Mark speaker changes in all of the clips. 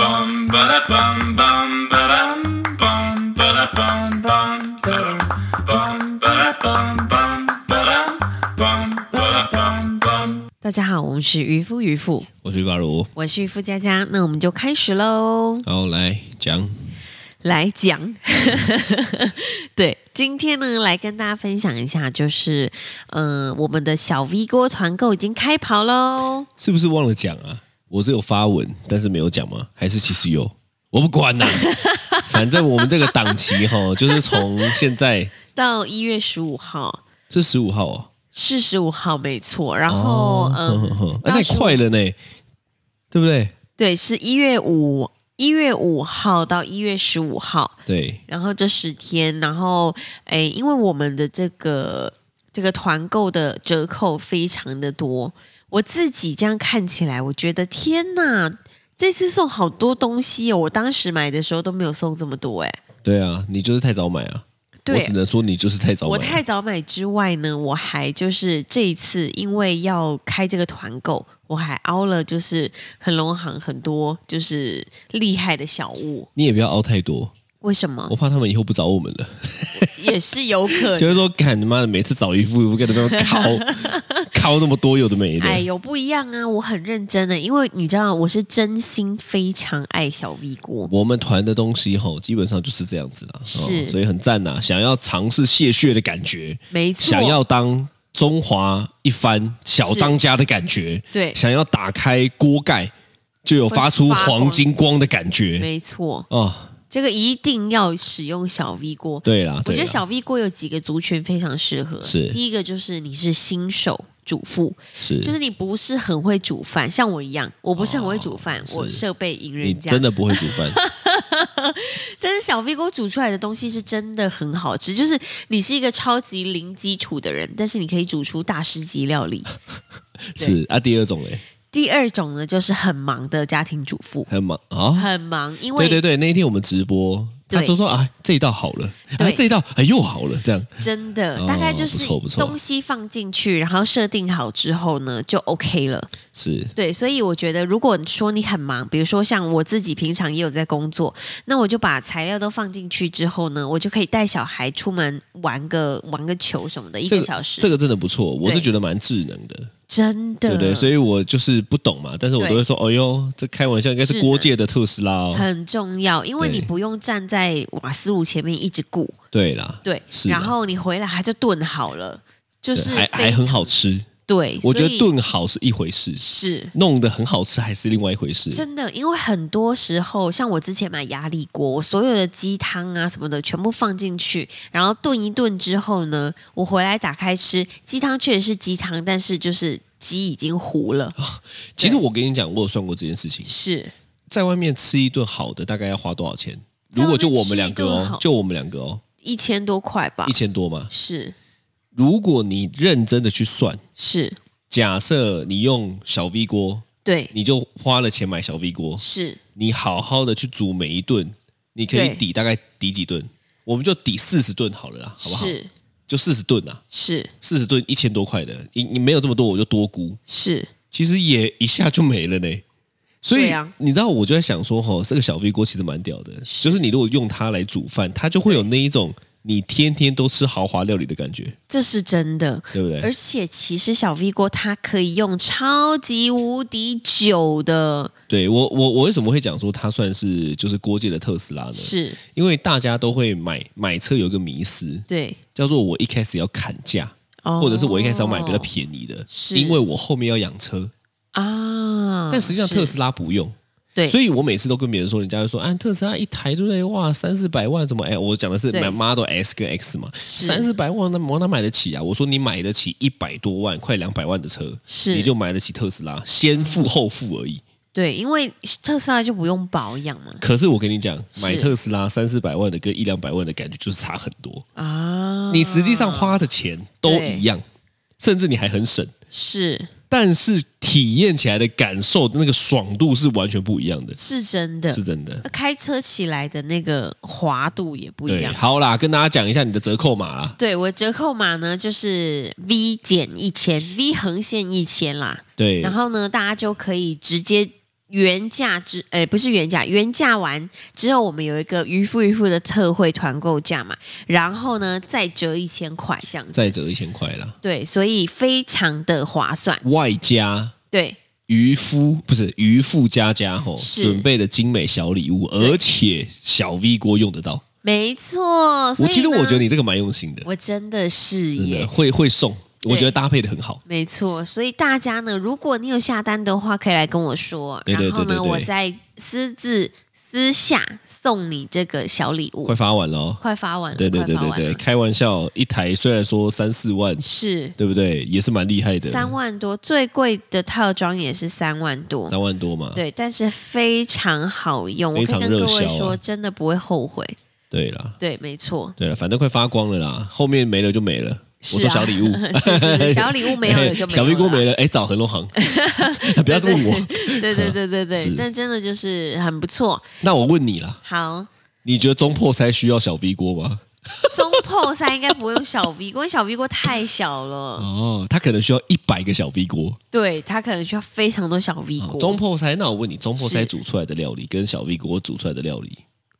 Speaker 1: bum ba da bum bum ba dum bum ba da bum bum ba dum bum ba da bum bum ba dum bum ba da bum bum.
Speaker 2: 大家好，我们是渔夫渔妇，
Speaker 3: 我是巴如，
Speaker 2: 我是渔夫佳佳，那我们就开始喽，
Speaker 3: 好来讲，
Speaker 2: 来讲。 对，今天呢，来跟大家分享一下，就是嗯、呃我们的小 V 锅团购已经开跑喽。
Speaker 3: 是不是忘了讲啊？我只有发文，但是没有讲吗？还是其实有？我不 管呐、反正我们这个档期哈，就是从现在
Speaker 2: 到一月十五号
Speaker 3: 是十五号哦，
Speaker 2: 是十五号没错，然后
Speaker 3: 哦，呵呵呵
Speaker 2: 嗯，
Speaker 3: 啊
Speaker 2: 到
Speaker 3: 那也
Speaker 2: 15
Speaker 3: 快了呢，对不对？
Speaker 2: 对，是一月五一月五号到一月十五号，
Speaker 3: 对，
Speaker 2: 然后这十天，然后诶，因为我们的这个这个团购的折扣非常的多，我自己这样看起来，我觉得天呐，这次送好多东西哦！我当时买的时候都没有送这么多诶。
Speaker 3: 对啊，你就是太早买啊，我
Speaker 2: 对
Speaker 3: 只能说你就是太早买
Speaker 2: 我
Speaker 3: 啊，
Speaker 2: 太早买之外呢，我还就是这一次因为要开这个团购，我还凹了就是恒隆行很多就是厉害的小物，
Speaker 3: 你也不要熬太多，
Speaker 2: 为什么
Speaker 3: 我？怕他们以后不找我们了，
Speaker 2: 也是有可
Speaker 3: 就
Speaker 2: 能。
Speaker 3: 是说，干你妈的，每次找一副一副跟他们 敲敲那么多有的没的，
Speaker 2: 哎，有不一样啊！我很认真的，因为你知道，我是真心非常爱小 V 锅。
Speaker 3: 我们团的东西吼，基本上就是这样子啦，
Speaker 2: 是
Speaker 3: 哦所以很赞呐。想要尝试泄血的感觉，
Speaker 2: 没错，
Speaker 3: 想要当中华一番小当家的感觉，
Speaker 2: 对，
Speaker 3: 想要打开锅盖就有发出
Speaker 2: 会发光
Speaker 3: 黄金光的感觉
Speaker 2: 没错，
Speaker 3: 哦。
Speaker 2: 这个一定要使用小 V 锅。
Speaker 3: 对啊啦，
Speaker 2: 我
Speaker 3: 对
Speaker 2: 觉得
Speaker 3: 啦，
Speaker 2: 小 V 锅有几个族群非常适合，
Speaker 3: 是
Speaker 2: 第一个就是你是新手主妇，
Speaker 3: 是
Speaker 2: 就是你不是很会煮饭，像我一样，我不是很会煮饭，
Speaker 3: 哦是
Speaker 2: 我设备赢
Speaker 3: 你
Speaker 2: 人家。
Speaker 3: 真的不会煮 饭，
Speaker 2: 但是小 V 锅煮出来的东西是真的很好吃，就是你是一个超级零基础的人，但是你可以煮出大师级料理。
Speaker 3: 是啊。第二种嘞，
Speaker 2: 第二种呢，就是很忙的家庭主妇，
Speaker 3: 很忙啊。
Speaker 2: 很忙，因
Speaker 3: 对对
Speaker 2: 为
Speaker 3: 对，那一天我们直播，
Speaker 2: 对
Speaker 3: 他就说啊，这一道好了，啊
Speaker 2: 对，
Speaker 3: 这一道哎又好了，这样
Speaker 2: 真的、
Speaker 3: 哦
Speaker 2: 大概就是
Speaker 3: 不错不错
Speaker 2: 东西放进去，然后设定好之后呢，就 OK 了。
Speaker 3: 是
Speaker 2: 对，所以我觉得，如果你说你很忙，比如说像我自己平常也有在工作，那我就把材料都放进去之后呢，我就可以带小孩出门玩个玩个球什么的，一
Speaker 3: 这
Speaker 2: 个
Speaker 3: 个
Speaker 2: 小时，
Speaker 3: 这个真的不错，我是
Speaker 2: 对
Speaker 3: 觉得蛮智能的。
Speaker 2: 真的
Speaker 3: 对对，所
Speaker 2: 以
Speaker 3: 以我就是不懂嘛，但是我都会说，哎呦，这开玩笑，应该
Speaker 2: 是
Speaker 3: 是
Speaker 2: 的
Speaker 3: 郭界的特斯拉哦。
Speaker 2: 很重要，因为
Speaker 3: 对
Speaker 2: 你不用站在瓦斯炉前面一直顾，
Speaker 3: 对啦，
Speaker 2: 对，
Speaker 3: 是啊
Speaker 2: 然后你回来它就炖好了，就
Speaker 3: 对
Speaker 2: 是
Speaker 3: 还
Speaker 2: 非
Speaker 3: 还很
Speaker 2: 常
Speaker 3: 好吃。
Speaker 2: 对，
Speaker 3: 我觉
Speaker 2: 所
Speaker 3: 得
Speaker 2: 以
Speaker 3: 炖好是一回事，
Speaker 2: 是
Speaker 3: 弄得很好吃还是另外一回事。
Speaker 2: 真的，因为很多时候，像我之前买压力锅，我所有的鸡汤啊什么的全部放进去，然后炖一炖之后呢，我回来打开吃，鸡汤确实是鸡汤，但是就是鸡已经糊了，
Speaker 3: 啊其实我跟你讲，我有算过这件事情，
Speaker 2: 是
Speaker 3: 在外面吃一顿好的大概要花多少钱？
Speaker 2: 在外面
Speaker 3: 如果就我们两
Speaker 2: 吃
Speaker 3: 个
Speaker 2: 一顿好
Speaker 3: 哦，就我们两个哦，
Speaker 2: 一千多块吧
Speaker 3: 一，千多嘛。
Speaker 2: 是
Speaker 3: 如果你认真的去算，
Speaker 2: 是，
Speaker 3: 假设你用小 V 锅，
Speaker 2: 对，
Speaker 3: 你就花了钱买小 V 锅，
Speaker 2: 是
Speaker 3: 你好好的去煮每一顿，你可以
Speaker 2: 对
Speaker 3: 抵大概抵几顿？我们就抵四十顿好了啦，好不好？
Speaker 2: 是
Speaker 3: 就四十顿啊，
Speaker 2: 是
Speaker 3: 四十顿一千多块的，你你没有这么多，我就多估，
Speaker 2: 是，
Speaker 3: 其实也一下就没了呢。所以、
Speaker 2: 对啊
Speaker 3: 你知道，我就在想说，吼，这个小飞锅其实蛮屌的，就是你如果用它来煮饭，它就会有那一种你天天都吃豪华料理的感觉，
Speaker 2: 这是真的。
Speaker 3: 对不对？
Speaker 2: 而且其实小 V 锅它可以用超级无敌久的，
Speaker 3: 对我我我为什么会讲说它算是就是锅界的特斯拉呢？
Speaker 2: 是
Speaker 3: 因为大家都会买买车有一个迷思，
Speaker 2: 对，
Speaker 3: 叫做我一开始要砍价，
Speaker 2: 或
Speaker 3: 或者是我一开始要买比较便宜的，
Speaker 2: 哦是
Speaker 3: 因为我后面要养车。
Speaker 2: 啊，
Speaker 3: 但实际上
Speaker 2: 是
Speaker 3: 特斯拉不用，
Speaker 2: 对，
Speaker 3: 所
Speaker 2: 以
Speaker 3: 以我每次都跟别人说，人家就说啊，特斯拉一台对不对？哇，三四百万什么？哎，我讲的是
Speaker 2: 对
Speaker 3: 买 Model S 跟 X 嘛，三四百万那我哪买得起啊？我说你买得起一百多万、快两百万的车，
Speaker 2: 是
Speaker 3: 你就买得起特斯拉，先付后付而已。
Speaker 2: 对，因为特斯拉就不用保养嘛
Speaker 3: 可是我跟你讲，
Speaker 2: 是
Speaker 3: 买特斯拉三四百万的跟一两百万的感觉就是差很多，
Speaker 2: 啊，
Speaker 3: 你实际上花的钱都
Speaker 2: 对
Speaker 3: 一样，甚至你还很省。
Speaker 2: 是
Speaker 3: 但是体验起来的感受，那个爽度是完全不一样的，
Speaker 2: 是真的
Speaker 3: 是，真的。
Speaker 2: 开车起来的那个滑度也不一
Speaker 3: 对，
Speaker 2: 样。
Speaker 3: 好啦，跟大家讲一下你的折扣码啦。
Speaker 2: 对我折扣码呢，就是 V 减一千，V 横线一千啦。
Speaker 3: 对，
Speaker 2: 然后呢，大家就可以直接原价之，呃，不是原价，原价完之后，我们有一个渔夫渔夫的特惠团购价嘛，然后呢再折一千块这样子，
Speaker 3: 再折一千块啦。
Speaker 2: 对，所以非常的划算，
Speaker 3: 外加
Speaker 2: 对，
Speaker 3: 渔夫不是渔夫家家吼
Speaker 2: 是
Speaker 3: 准备的精美小礼物，而且小 V 锅用得到。
Speaker 2: 没错。所
Speaker 3: 我
Speaker 2: 以
Speaker 3: 其实
Speaker 2: 呢
Speaker 3: 我觉得你这个蛮用心的，
Speaker 2: 我真的是
Speaker 3: 真的
Speaker 2: 耶，
Speaker 3: 会会送，
Speaker 2: 对
Speaker 3: 我觉得搭配的很好。
Speaker 2: 没错，所以大家呢，如果你有下单的话，可以来跟我说，
Speaker 3: 对对
Speaker 2: 然后呢，
Speaker 3: 对对对
Speaker 2: 我再私自私下送你这个小礼物。
Speaker 3: 快发完了哦，
Speaker 2: 快发完了，
Speaker 3: 对对
Speaker 2: 快
Speaker 3: 对
Speaker 2: 发
Speaker 3: 对
Speaker 2: 完
Speaker 3: 对，
Speaker 2: 了
Speaker 3: 开玩笑，一台虽然说三四万，
Speaker 2: 是
Speaker 3: 对不对？也是蛮厉害的，
Speaker 2: 三万多，最贵的套装也是三万多，
Speaker 3: 三万多嘛。
Speaker 2: 对，但是非常好用，
Speaker 3: 非
Speaker 2: 我可以
Speaker 3: 常
Speaker 2: 跟各
Speaker 3: 热
Speaker 2: 位
Speaker 3: 销啊
Speaker 2: 说，真的不会后悔。
Speaker 3: 对啦，
Speaker 2: 对，没 错，
Speaker 3: 对了，反正快发光了啦，后面没了就没了。
Speaker 2: 是啊，
Speaker 3: 我说小礼物
Speaker 2: 是是是小礼物没有了就没有了
Speaker 3: 小 V 锅没了，哎，找恒隆 行，不要这么我。
Speaker 2: 对对对对对
Speaker 3: 是，
Speaker 2: 但真的就是很不错。
Speaker 3: 那我问你啦，
Speaker 2: 好，
Speaker 3: 你觉得中破塞需要小 V 锅吗？
Speaker 2: 中破塞应该不会用小 V 锅，因为小 V 锅太小了，
Speaker 3: 哦，他可能需要一百个小 V 锅。
Speaker 2: 对，它可能需要非常多小 V
Speaker 3: 哦
Speaker 2: 锅。
Speaker 3: 中破塞，那我问你，中破塞
Speaker 2: 是
Speaker 3: 煮出来的料理跟小 V 锅煮出来的料理，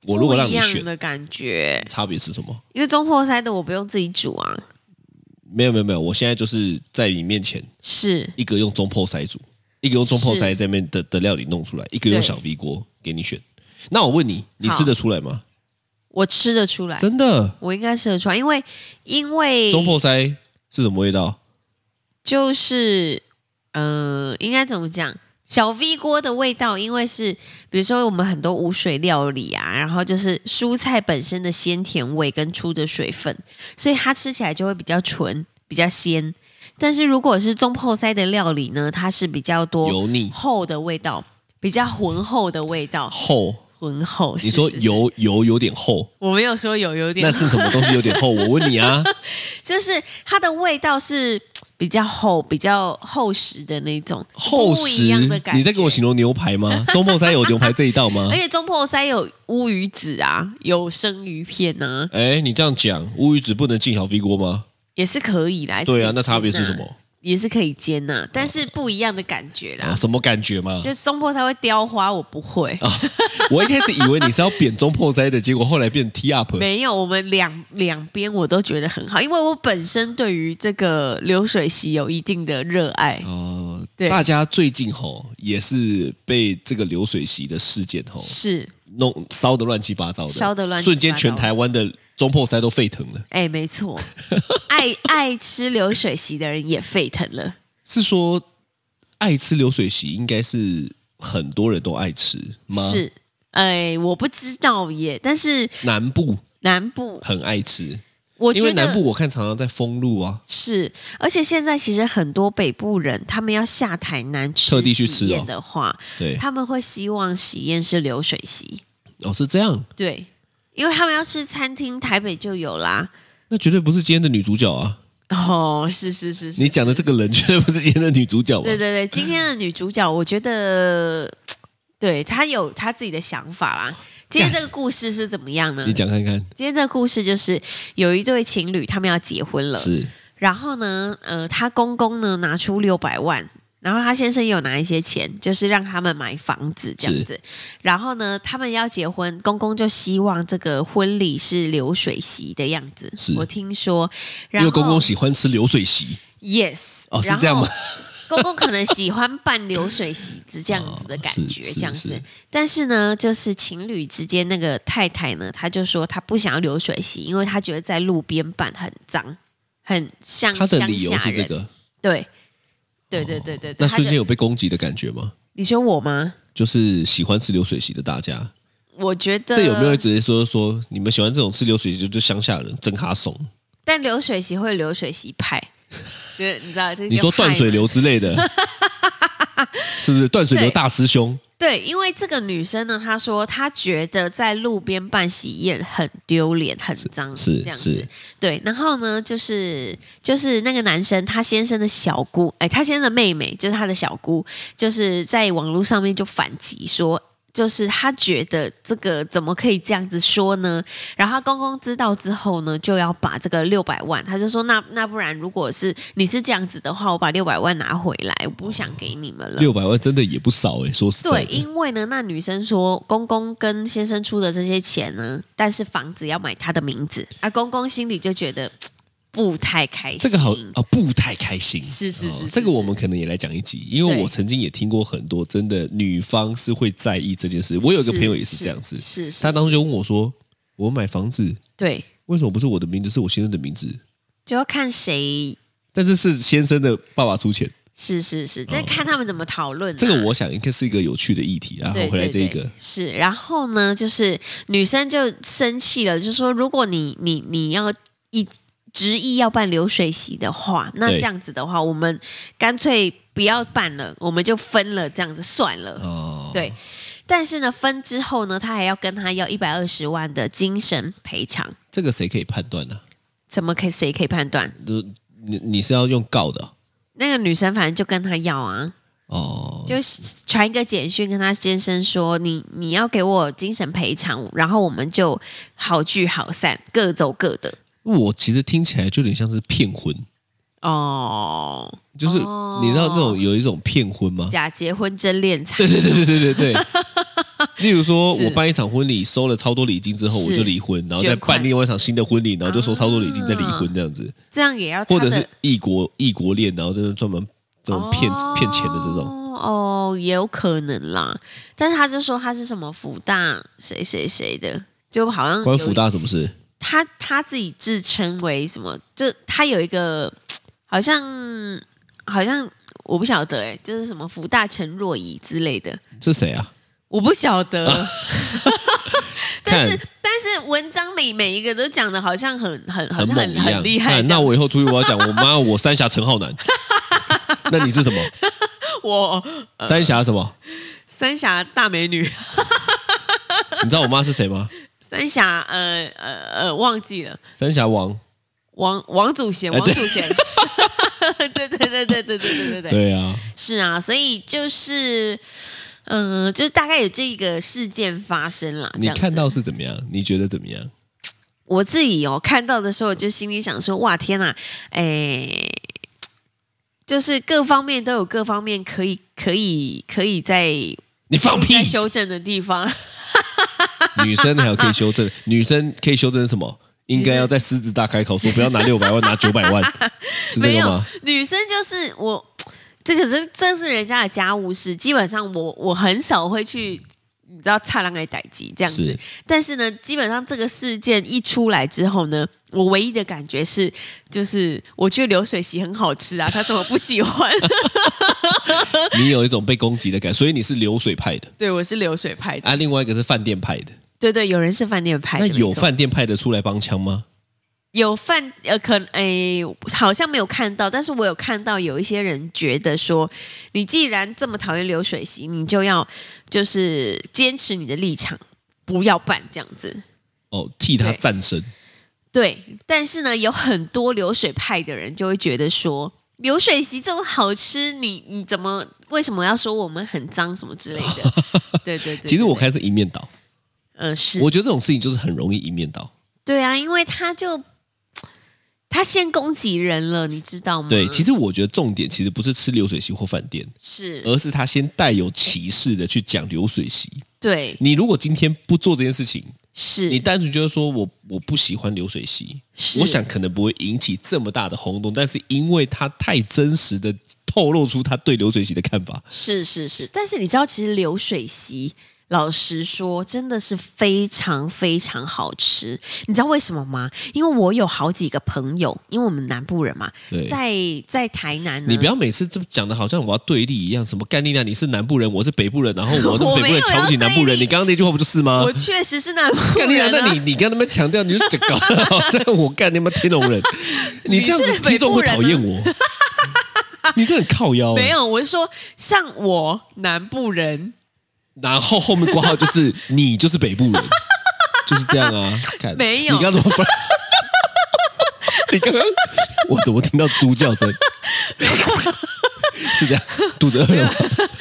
Speaker 3: 我如
Speaker 2: 不
Speaker 3: 果
Speaker 2: 一
Speaker 3: 让你
Speaker 2: 样啊
Speaker 3: 选，
Speaker 2: 的感觉，
Speaker 3: 差别是什么？
Speaker 2: 因为中破塞的我不用自己煮啊，
Speaker 3: 没有没有没有，我现在就是在你面前，
Speaker 2: 是
Speaker 3: 一个用中破塞煮，一个用中破塞
Speaker 2: 是
Speaker 3: 这边的的料理弄出来，一个用
Speaker 2: 对
Speaker 3: 小 V 锅给你选。那我问你，你
Speaker 2: 好
Speaker 3: 吃得出来吗？
Speaker 2: 我吃得出来，
Speaker 3: 真的，
Speaker 2: 我应该吃得出来，因为因为
Speaker 3: 中破塞是什么味道？
Speaker 2: 就是，呃，应该怎么讲？小 V 锅的味道，因为是比如说我们很多无水料理啊，然后就是蔬菜本身的鲜甜味跟出的水分，所以它吃起来就会比较纯、比较鲜。但是如果是中泡塞的料理呢，它是比较多
Speaker 3: 油腻
Speaker 2: 厚的味道，比较浑厚的味道，
Speaker 3: 厚。
Speaker 2: 浑厚。
Speaker 3: 你
Speaker 2: 是
Speaker 3: 说，
Speaker 2: 是是
Speaker 3: 油油有点厚，
Speaker 2: 我没有说有有点
Speaker 3: 那，是什么东西有点厚？我问你 啊，
Speaker 2: 就是它的味道是比较厚、比较厚实的那种，
Speaker 3: 厚
Speaker 2: 不
Speaker 3: 实
Speaker 2: 一样的感，觉。哎
Speaker 3: 你在给我形容牛排吗？中破塞有牛排这一道吗
Speaker 2: 而？且中破塞有乌鱼子啊，有生鱼片啊，
Speaker 3: 哎，你这样讲，乌鱼子不能进小 V 锅吗？
Speaker 2: 也是可以啦。
Speaker 3: 对啊，
Speaker 2: 还
Speaker 3: 那
Speaker 2: 是可以煎
Speaker 3: 差别是什么？？
Speaker 2: 也是可以煎呐、但是不一样的感觉啦。
Speaker 3: 啊，什么感觉 吗？
Speaker 2: 就是中破塞会雕花，我不会。
Speaker 3: 啊我一开始以为你是要贬中破塞的，结果后来变 T up。
Speaker 2: 没有，我们两两边我都觉得很好，因为我本身对于这个流水席有一定的热爱。
Speaker 3: 哦，
Speaker 2: 对
Speaker 3: 大家最近吼也是被这个流水席的事件吼
Speaker 2: 是，
Speaker 3: 弄烧的乱七八糟的，
Speaker 2: 烧得乱七八糟
Speaker 3: 瞬间全台湾的中破塞都沸腾了。
Speaker 2: 哎，没错，爱爱吃流水席的人也沸腾了。
Speaker 3: 是说爱吃流水席应该是很多人都爱吃吗？
Speaker 2: 是，哎，我不知道耶，但是
Speaker 3: 南部
Speaker 2: 南部，
Speaker 3: 很爱吃，
Speaker 2: 我
Speaker 3: 因
Speaker 2: 觉
Speaker 3: 为
Speaker 2: 得
Speaker 3: 南部我看常常在封路啊，
Speaker 2: 是，而且现在其实很多北部人，他们要下台南吃
Speaker 3: 特地去吃
Speaker 2: 喜
Speaker 3: 哦
Speaker 2: 宴的话，
Speaker 3: 对，
Speaker 2: 他们会希望喜宴是流水席，
Speaker 3: 哦是这样，
Speaker 2: 对，因为他们要吃餐厅，台北就有啦。
Speaker 3: 那绝对不是今天的女主角啊！
Speaker 2: 哦，是是是是，
Speaker 3: 你讲的这个人绝对不是今天的女主角啊嘛
Speaker 2: 对？对对，今天的女主角，我觉得，对她有她自己的想法啦。今天这个故事是怎么样呢
Speaker 3: 你？讲看看，
Speaker 2: 今天这个故事就是有一对情侣，他们要结婚了，
Speaker 3: 是
Speaker 2: 然后呢，呃，她公公呢拿出六百万，然后她先生也有拿一些钱，就是让他们买房子这样子。然后呢，他们要结婚，公公就希望这个婚礼是流水席的样子。
Speaker 3: 是
Speaker 2: 我听说，
Speaker 3: 因
Speaker 2: 然
Speaker 3: 为
Speaker 2: 后
Speaker 3: 公公喜欢吃流水席
Speaker 2: yes，
Speaker 3: 哦是
Speaker 2: 然后
Speaker 3: 这样吗
Speaker 2: 公公可能喜欢办流水席子这样子的感觉，
Speaker 3: 哦是是
Speaker 2: 这样子
Speaker 3: 是。
Speaker 2: 但是呢，就是情侣之间那个太太呢，她就说她不想要流水席，因为她觉得在路边办很脏，很像
Speaker 3: 他的
Speaker 2: 乡
Speaker 3: 理由
Speaker 2: 下
Speaker 3: 是这
Speaker 2: 人。
Speaker 3: 个，哦
Speaker 2: 对，对对对对对。
Speaker 3: 那
Speaker 2: 他
Speaker 3: 瞬间
Speaker 2: 的
Speaker 3: 有被攻击的感觉吗？
Speaker 2: 你说我吗？
Speaker 3: 就是喜欢吃流水席的大家，
Speaker 2: 我觉得
Speaker 3: 这有没有？直接说说你们喜欢这种吃流水席就就乡下人真哈怂？
Speaker 2: 但流水席会有流水席派， 对，你知道这个
Speaker 3: 你说断水流
Speaker 2: 派嘛
Speaker 3: 之类的， 是不是断水流
Speaker 2: 对
Speaker 3: 大师兄？
Speaker 2: 对，因为这个女生呢，她说她觉得在路边办喜宴很丢脸、很脏，
Speaker 3: 是
Speaker 2: 这样子
Speaker 3: 是。
Speaker 2: 对，然后呢，就是就是那个男生他先生的小姑，哎，他先生的妹妹就是他的小姑，就是在网络上面就反击说。就是他觉得这个怎么可以这样子说呢？然后他公公知道之后呢，就要把这个六百万，他就说那那不然如果是你是这样子的话，我把六百万拿回来，我不想给你们了。
Speaker 3: 六百万真的也不少哎、说实在
Speaker 2: 对，
Speaker 3: 的，
Speaker 2: 因为呢，那女生说公公跟先生出的这些钱呢，但是房子要买他的名字，啊，公公心里就觉得嘖不太开心。
Speaker 3: 这个好啊、不太开心。哦
Speaker 2: 是是是是
Speaker 3: 这个
Speaker 2: 是
Speaker 3: 我们可能也来讲一集，因为
Speaker 2: 对
Speaker 3: 我曾经也听过很多真的女方是会在意这件事。我有一个朋友也是这样子，
Speaker 2: 是是，
Speaker 3: 他当时
Speaker 2: 时
Speaker 3: 就问我说：“我买房子
Speaker 2: 对
Speaker 3: 为什么不是我的名字，是我先生的名字？
Speaker 2: 就要看谁
Speaker 3: 但是是先生的爸爸出钱。”
Speaker 2: 是是是，再
Speaker 3: 哦
Speaker 2: 看他们怎么讨论啊、
Speaker 3: 这个我想应该是一个有趣的议题啊。
Speaker 2: 对
Speaker 3: 回来这一
Speaker 2: 对
Speaker 3: 个
Speaker 2: 对，是，然后呢，就是女生就生气了，就说如果你你你要一执意要办流水席的话，那
Speaker 3: 对
Speaker 2: 这样子的话，我们干脆不要办了，我们就分了，这样子算了。
Speaker 3: 哦，
Speaker 2: 对，但是呢，分之后呢，他还要跟他要一百二十万的精神赔偿，
Speaker 3: 这个谁可以判断呢、
Speaker 2: 怎么可以谁可以判断？
Speaker 3: 就你你是要用告的
Speaker 2: 那个女生反正就跟他要啊，
Speaker 3: 哦，
Speaker 2: 就传一个简讯跟他先生说，你你要给我精神赔偿，然后我们就好聚好散，各走各的。
Speaker 3: 我其实听起来就有点像是骗婚，
Speaker 2: 哦，
Speaker 3: 就是
Speaker 2: 哦
Speaker 3: 你知道那种有一种骗婚吗？
Speaker 2: 假结婚真敛财
Speaker 3: 对，对对对对 对对。例如说，
Speaker 2: 是
Speaker 3: 我办一场婚礼，收了超多礼金之后，
Speaker 2: 是
Speaker 3: 我就离婚，然后再
Speaker 2: 捐款
Speaker 3: 办另外一场新的婚礼，然后就收超多礼金再离婚这样子，
Speaker 2: 这样也要啊他
Speaker 3: 或
Speaker 2: 的
Speaker 3: 者是异国异国恋，然后就是专门这种骗
Speaker 2: 哦
Speaker 3: 骗钱的这种。
Speaker 2: 哦，也有可能啦。但是他就说他是什么福大谁谁谁的，就好像
Speaker 3: 关
Speaker 2: 嗯
Speaker 3: 于
Speaker 2: 有
Speaker 3: 福大什么事？
Speaker 2: 他他自己自称为什么？就他有一个好像好像我不晓得哎、就是什么福大陈若仪之类的。
Speaker 3: 是谁啊？
Speaker 2: 我不晓得，但是
Speaker 3: 看
Speaker 2: 但是文章每每一个都讲的好像很很好
Speaker 3: 很
Speaker 2: 像
Speaker 3: 猛
Speaker 2: 很
Speaker 3: 一样。
Speaker 2: 很厉害
Speaker 3: 看
Speaker 2: 这
Speaker 3: 那
Speaker 2: 样，
Speaker 3: 我以后出去我要讲，我妈我三峡陈浩南， 那你 是什么？
Speaker 2: 我
Speaker 3: 三峡什么？
Speaker 2: 三峡大美女，
Speaker 3: 你知道我妈是谁吗？
Speaker 2: 三峡呃呃呃忘记了，
Speaker 3: 三峡王。
Speaker 2: 王王祖贤，
Speaker 3: 哎
Speaker 2: 王
Speaker 3: 对
Speaker 2: 祖 贤，对对对对对对对对对，
Speaker 3: 对啊，
Speaker 2: 是啊，所以就是嗯、呃就是大概有这个事件发生啦。这
Speaker 3: 你
Speaker 2: 样子
Speaker 3: 看到是怎么样？你觉得怎么样？
Speaker 2: 我自己哦看到的时候，就心里想说：哇，天呐，哎，就是各方面都有各方面可以、可以、可以在
Speaker 3: 你放屁！
Speaker 2: 在修正的地方。
Speaker 3: 女生还有可以修正，女生可以修正什么？应该要在狮子大开口说不要拿六百万，拿九百 万，是这
Speaker 2: 没
Speaker 3: 个
Speaker 2: 有
Speaker 3: 吗？
Speaker 2: 女生就是我，这个是这是人家的家务事，基本上我我很少会去。你知道擦浪来逮鸡这样子
Speaker 3: 是，
Speaker 2: 但是呢，基本上这个事件一出来之后呢，我唯一的感觉是，就是我觉得流水席很好吃啊，他怎么不喜欢？
Speaker 3: 你有一种被攻击的感，所以你是流水派的
Speaker 2: 对我是流水派的。
Speaker 3: 啊，另外一个是饭店派的。
Speaker 2: 对对，有人是饭店派
Speaker 3: 那
Speaker 2: 的，
Speaker 3: 有
Speaker 2: 哎没错
Speaker 3: 饭店派的出来帮腔吗？
Speaker 2: 有饭呃，可能诶、好像没有看到，但是我有看到有一些人觉得说，你既然这么讨厌流水席，你就要就是坚持你的立场，不要办这样子。
Speaker 3: 哦，替他
Speaker 2: 对
Speaker 3: 战神。
Speaker 2: 对，但是呢，有很多流水派的人就会觉得说，流水席这么好吃，你你怎么为什么要说我们很脏什么之类 的？对对对
Speaker 3: 其实我，
Speaker 2: 对
Speaker 3: 开始一面倒，
Speaker 2: 呃，是
Speaker 3: 我觉得这种事情就是很容易一面倒。
Speaker 2: 对啊，因为他就他先攻击人了，你知道吗？
Speaker 3: 对，其实我觉得重点其实不是吃流水席或饭店，
Speaker 2: 是
Speaker 3: 而是他先带有歧视的去讲流水席。
Speaker 2: 对
Speaker 3: 你如果今天不做这件事情，
Speaker 2: 嗯
Speaker 3: 你
Speaker 2: 是
Speaker 3: 单纯就是说我我不喜欢流水席，
Speaker 2: 是，
Speaker 3: 我想可能不会引起这么大的轰动，但是因为他太真实的透露出他对流水席的看法，
Speaker 2: 是是是，但是你知道，其实流水席。老实说，真的是非常非常好吃。你知道为什么吗？因为我有好几个朋友，因为我们南部人嘛，
Speaker 3: 对。
Speaker 2: 在在台南呢。
Speaker 3: 你不要每次这么讲的，好像我要对立一样。什么干你娘？你是南部人，我是北部人，然后我
Speaker 2: 我
Speaker 3: 是北部
Speaker 2: 没有
Speaker 3: 人瞧不起
Speaker 2: 要对
Speaker 3: 南部人。
Speaker 2: 立
Speaker 3: 你刚刚那句话不就是吗？
Speaker 2: 我确实是南部
Speaker 3: 干你
Speaker 2: 人、
Speaker 3: 娘！
Speaker 2: 啊。
Speaker 3: 那你你刚刚那么强调，你就是搞， 好像我干你妈天龙 人，你这样
Speaker 2: 你
Speaker 3: 子
Speaker 2: 是北
Speaker 3: 听众
Speaker 2: 部
Speaker 3: 会
Speaker 2: 人啊
Speaker 3: 讨 厌我，你这很靠腰、欸。
Speaker 2: 没，有？我是说，像我南部人，
Speaker 3: 然后后面挂号就是你就是北部人， 就是这样啊。看
Speaker 2: 没有
Speaker 3: 你刚刚怎么翻？ 你刚刚我 怎么听到猪叫声？是这样，肚子饿了吗？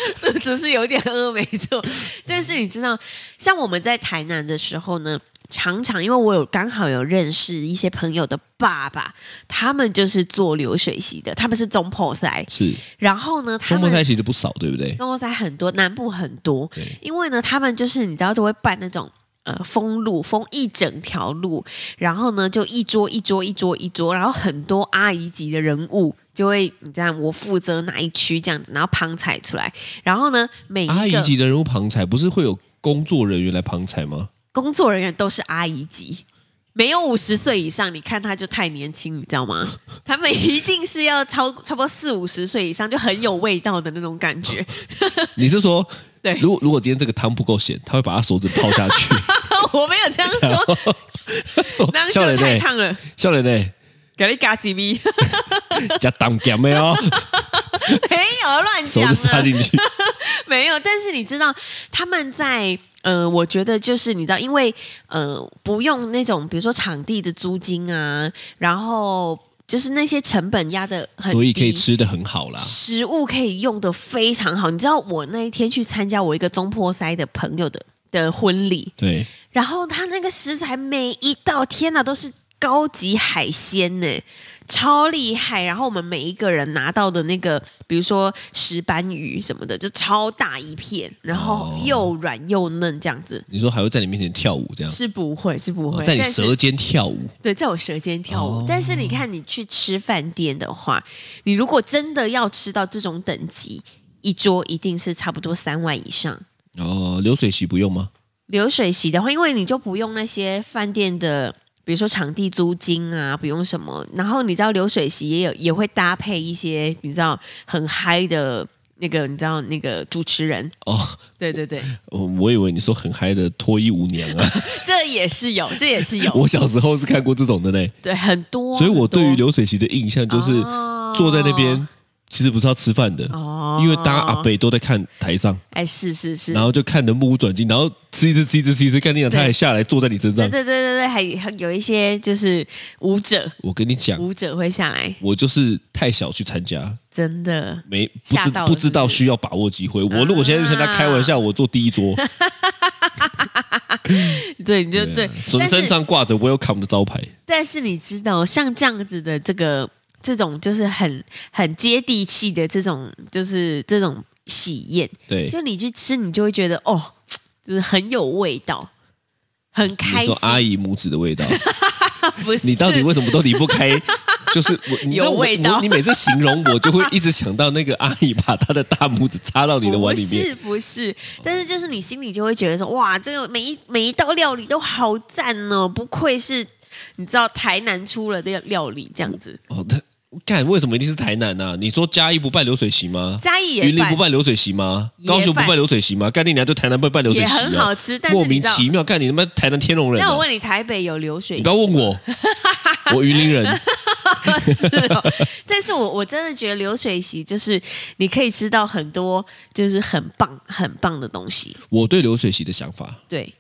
Speaker 2: 只是有点饿，没 错。但是你知道，像我们在台南的时候呢，常常因为我有刚好有认识一些朋友的爸爸，他们就是做流水席的，他们是中破塞，
Speaker 3: 是
Speaker 2: 然后呢，他
Speaker 3: 中国
Speaker 2: 们
Speaker 3: 菜其实不少，对不对？
Speaker 2: 中破塞很多，南部很多，
Speaker 3: 对，
Speaker 2: 因为呢，他们就是你知道都会办那种呃封路，封一整条路，然后呢就一桌一桌一桌一桌，然后很多阿姨级的人物就会你知道我负责哪一区这样子，然后旁采出来，然后呢每
Speaker 3: 阿
Speaker 2: 一
Speaker 3: 姨
Speaker 2: 个
Speaker 3: 级的人物旁采，不是会有工作人员来旁采吗？
Speaker 2: 工作人员都是阿姨级。没有五十岁以上，你看他就太年轻，你知道 吗？他们一定是要超差不多四五十岁以上，就很有味道的那种感 觉。
Speaker 3: 你是说，
Speaker 2: 对
Speaker 3: 如果如果今天这个汤不够咸，他会把他手指泡 下去，
Speaker 2: 我没有这样
Speaker 3: 然
Speaker 2: 说，
Speaker 3: 后 手
Speaker 2: 那样
Speaker 3: 笑
Speaker 2: 就太
Speaker 3: 脸呢？
Speaker 2: 烫了，
Speaker 3: 笑脸呢？
Speaker 2: 给你嘎几咪。
Speaker 3: 加当咸的哦，
Speaker 2: 没有乱
Speaker 3: 手
Speaker 2: 讲
Speaker 3: 指插
Speaker 2: 啊，
Speaker 3: 进去，
Speaker 2: 没有。但是你知道他们在呃，我觉得就是你知道，因为呃，不用那种比如说场地的租金啊，然后就是那些成本压的很低，
Speaker 3: 所以可以吃的很好 啦。
Speaker 2: 食物可以用的非常好。你知道我那一天去参加我一个中坡塞的朋友的的婚礼，
Speaker 3: 对，
Speaker 2: 然后他那个食材每一道，天啊哪，都是高级海鲜呢，超厉害。然后我们每一个人拿到的那个，比如说石斑鱼什么的，就超大一片，然后
Speaker 3: 哦
Speaker 2: 又软又嫩这样子。
Speaker 3: 你说还会在你面前跳舞这样，哦
Speaker 2: 是不会，是不会，
Speaker 3: 在你
Speaker 2: 但是
Speaker 3: 舌尖跳舞，
Speaker 2: 对，在我舌尖跳舞。
Speaker 3: 哦
Speaker 2: 但是你看，你去吃饭店的话，你如果真的要吃到这种等级，一桌一定是差不多三万以上。
Speaker 3: 哦，流水席不用吗？
Speaker 2: 流水席的话，因为你就不用那些饭店的，比如说场地租金啊，不用什么。然后你知道流水席也有也会搭配一些你知道很嗨的那个，你知道那个主持人，
Speaker 3: 哦，
Speaker 2: 对对 对，
Speaker 3: 我我以为你说很嗨的脱衣舞娘 啊，
Speaker 2: 这也是有，这也是有，
Speaker 3: 我小时候是看过这种的嘞，
Speaker 2: 对，很多。
Speaker 3: 所以我对于
Speaker 2: 很多
Speaker 3: 流水席的印象就是坐在那边，其实不是要吃饭的，
Speaker 2: 哦
Speaker 3: 因为大家阿北都在看台上，
Speaker 2: 哎，是是是，
Speaker 3: 然后就看得目不转睛，然后吃一吃吃一吃吃一吃，看你讲他
Speaker 2: 对
Speaker 3: 还下来坐在你身
Speaker 2: 对
Speaker 3: 上，
Speaker 2: 对对对对，还还有一些就是舞者，
Speaker 3: 我跟你讲，
Speaker 2: 舞者会下来，
Speaker 3: 我就是太小去参加，
Speaker 2: 真的。
Speaker 3: 没不
Speaker 2: 吓
Speaker 3: 知
Speaker 2: 到了
Speaker 3: 不知道
Speaker 2: 是不是
Speaker 3: 需要把握机会。我如果现在就跟他开玩笑，我坐第一桌，啊
Speaker 2: 对，啊你就对，
Speaker 3: 身
Speaker 2: 但是
Speaker 3: 身上挂着 Welcome 的招牌，
Speaker 2: 但是你知道，像这样子的这个这种就是很很接地气的这种，就是这种喜宴，
Speaker 3: 对。
Speaker 2: 就你去吃，你就会觉得哦，就是很有味道，很开心
Speaker 3: 你说。阿姨拇指 的味道，
Speaker 2: 不是
Speaker 3: 你到底为什么都离不 开？就是我，你知道
Speaker 2: 有
Speaker 3: 我
Speaker 2: 味道
Speaker 3: 我你每次形容我，就会一直想到那个阿姨把她的大拇指插到你的碗 里
Speaker 2: 不
Speaker 3: 面。
Speaker 2: 是不是，但是就是你心里就会觉得说，哇，这个每一每一道料理都好赞哦，不愧是你知道台南出了的料理这样子。
Speaker 3: 哦，他干为什么一定是台南呐、啊？你说嘉义不办流水席吗？
Speaker 2: 嘉义也
Speaker 3: 云林
Speaker 2: 办
Speaker 3: 不办流水席吗？
Speaker 2: 也
Speaker 3: 高雄不
Speaker 2: 办
Speaker 3: 办流水席吗？干你娘就台南不办流水
Speaker 2: 也
Speaker 3: 席、啊，
Speaker 2: 很好吃，但是
Speaker 3: 莫
Speaker 2: 你
Speaker 3: 名
Speaker 2: 知道，
Speaker 3: 其妙。干你他妈台南天龙人、啊！
Speaker 2: 那我问你，台北有流水席
Speaker 3: 你不要问 我，我云林人。
Speaker 2: 是哦，但是我我真的觉得流水席就是你可以吃到很多就是很棒很棒的东西，
Speaker 3: 我对流水席的想法，
Speaker 2: 对，